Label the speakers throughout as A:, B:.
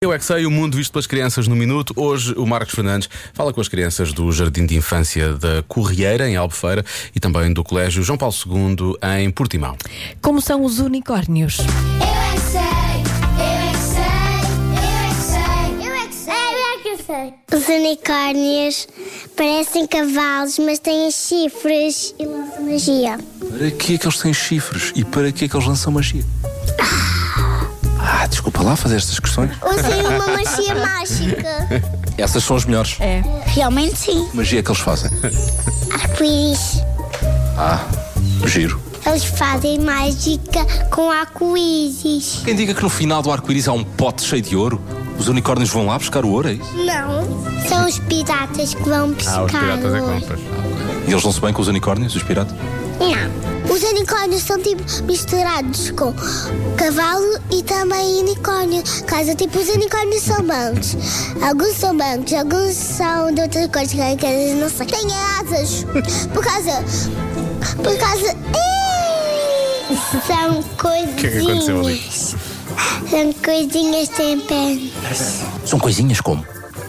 A: Eu é que sei, o mundo visto pelas crianças no minuto. Hoje o Marcos Fernandes fala com as crianças do Jardim de Infância da Corrieira, em Albufeira, e também do Colégio João Paulo II, em Portimão.
B: Como são os unicórnios?
C: Eu é que sei, eu é que sei, eu é que sei, eu é que sei, eu é que sei, eu é que sei.
D: Os unicórnios parecem cavalos, mas têm chifres e lançam magia.
E: Para que é que eles têm chifres e para que é que eles lançam magia? Ah, desculpa lá fazer estas questões.
D: Usem uma magia mágica.
E: Essas são as melhores.
B: É.
D: Realmente sim.
E: Magia é que eles fazem.
D: Arco-íris.
E: Ah, giro.
D: Eles fazem mágica com arco-íris.
E: Quem diga que no final do arco-íris há um pote cheio de ouro? Os unicórnios vão lá buscar o ouro, é isso?
D: Não. São os Ah, piratas é que vão pescar. hoje.
E: E eles vão-se bem com os unicórnios, os piratas?
D: Não. Os unicórnios são tipo misturados com cavalo e também unicórnio. Caso tipo, os unicórnios são bancos. Alguns são bancos, alguns são de outras coisas que eu não sei. Têm asas. Por causa. Por causa. Ih! São coisinhas. O
A: que é que aconteceu ali?
D: São coisinhas sem pernas.
E: São coisinhas como?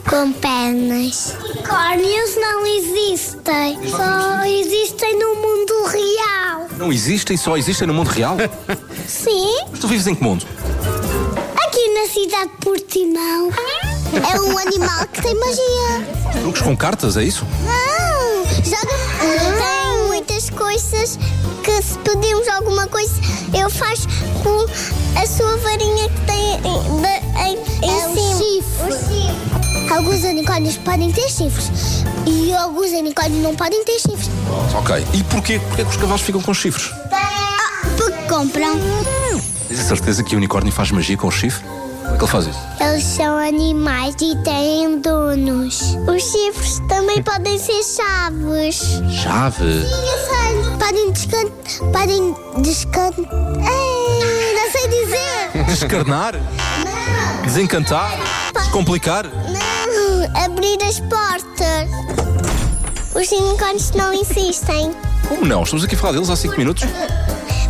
D: Com pernas. Unicórnios não existem. Só existem no mundo real.
E: Não existem, só existem no mundo real.
D: Sim?
E: Mas tu vives em que mundo?
D: Aqui na cidade de Portimão é um animal que tem magia.
E: Truques com cartas, é isso?
D: Não! Joga. Tem muitas coisas que se pedimos alguma coisa, eu faço com a sua varinha que tem em, de- em, em cima. Alguns unicórnios podem ter chifres e alguns unicórnios não podem ter chifres.
E: Ok. E porquê? Porquê que os cavalos ficam com chifres?
D: Ah, porque compram.
E: Tens a certeza que o unicórnio faz magia com o chifre? Como é que ele faz isso?
D: Eles são animais e têm donos. Os chifres também podem ser chaves.
E: Chave.
D: Podem descan... Podem descan... Ei, não sei dizer.
E: Descarnar? Desencantar? Descomplicar?
D: Não, abrir as portas. Os unicórnios não existem.
E: Como não? Estamos aqui a falar deles há 5 minutos.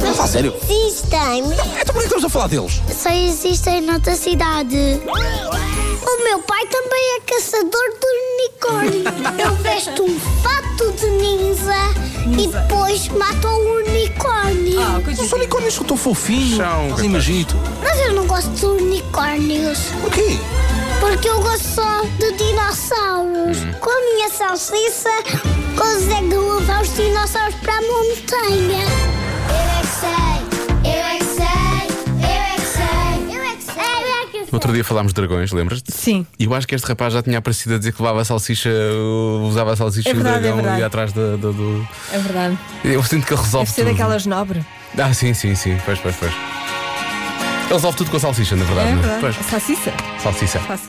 D: Mas
E: a sério?
D: Existem.
E: Então porquê que estamos a falar deles?
D: Só existem noutra cidade. O meu pai também é caçador de unicórnio. Eu vesto um fato de ninja, e depois mato um unicórnio.
C: Ah,
E: Os unicórnios são tão fofinhos.
A: São,
E: Fazem magia e tudo.
D: Mas eu não gosto de unicórnios.
E: Porquê?
D: Porque eu gosto só de dinossauros. Com a minha salsicha, consegue levar os dinossauros para a montanha.
C: é Eu é que sei, eu é que sei, eu é que sei, eu é que sei.
A: No outro dia falámos de dragões, lembras-te?
B: Sim.
A: E eu acho que este rapaz já tinha aparecido a dizer que levava a salsicha, uh, usava a salsicha
B: É
A: e o
B: verdade, é
A: dragão
B: verdade.
A: ali atrás da- da- do.
B: É verdade.
A: Eu sinto que ele resolve
B: Deve ser
A: tudo.
B: daquelas nobre.
A: Ah, sim, sim, sim. Pois, pois, pois. Ele resolve tudo com a salsicha, na verdade.
B: É
A: não
B: verdade.
A: Pois.
B: Salsicha.
A: Salsicha.